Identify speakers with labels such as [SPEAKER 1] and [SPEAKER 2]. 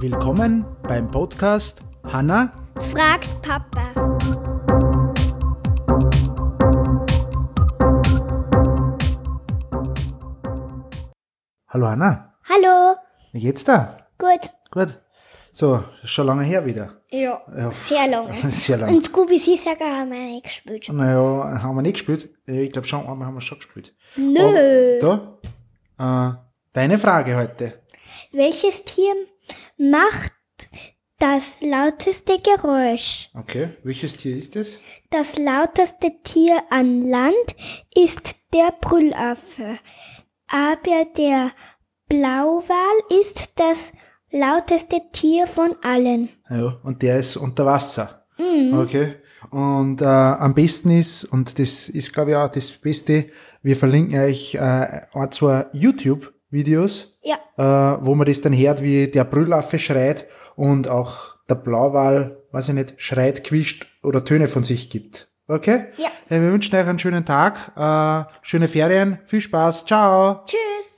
[SPEAKER 1] Willkommen beim Podcast Hanna
[SPEAKER 2] Fragt Papa.
[SPEAKER 1] Hallo Hanna,
[SPEAKER 2] Hallo.
[SPEAKER 1] wie geht's da?
[SPEAKER 2] Gut.
[SPEAKER 1] Gut. So, ist schon lange her wieder.
[SPEAKER 2] Ja.
[SPEAKER 1] Ja,
[SPEAKER 2] Sehr lange.
[SPEAKER 1] Sehr lange.
[SPEAKER 2] Und Scooby Seesager haben wir nicht gespielt.
[SPEAKER 1] Naja, haben wir nicht gespielt. Äh, Ich glaube schon, einmal haben wir schon gespielt.
[SPEAKER 2] Nö.
[SPEAKER 1] Aber Da, äh, deine Frage heute.
[SPEAKER 2] Welches Tier macht das lauteste Geräusch?
[SPEAKER 1] Okay, welches Tier ist es?
[SPEAKER 2] Das lauteste Tier an Land ist der Brüllaffe. Aber der Blauwal ist das lauteste Tier von allen.
[SPEAKER 1] Ja, und der ist unter Wasser. Okay. Und äh, am besten ist, und das ist glaube ich auch das Beste, wir verlinken euch äh, ein, zwei YouTube-Videos,
[SPEAKER 2] Ja.
[SPEAKER 1] äh, wo man das dann hört, wie der Brüllaffe schreit und auch der Blauwal, weiß ich nicht, schreit, quietscht oder Töne von sich gibt. Okay?
[SPEAKER 2] Ja.
[SPEAKER 1] Äh, wir wünschen euch einen schönen Tag, äh, schöne Ferien, viel Spaß, ciao!
[SPEAKER 2] Tschüss.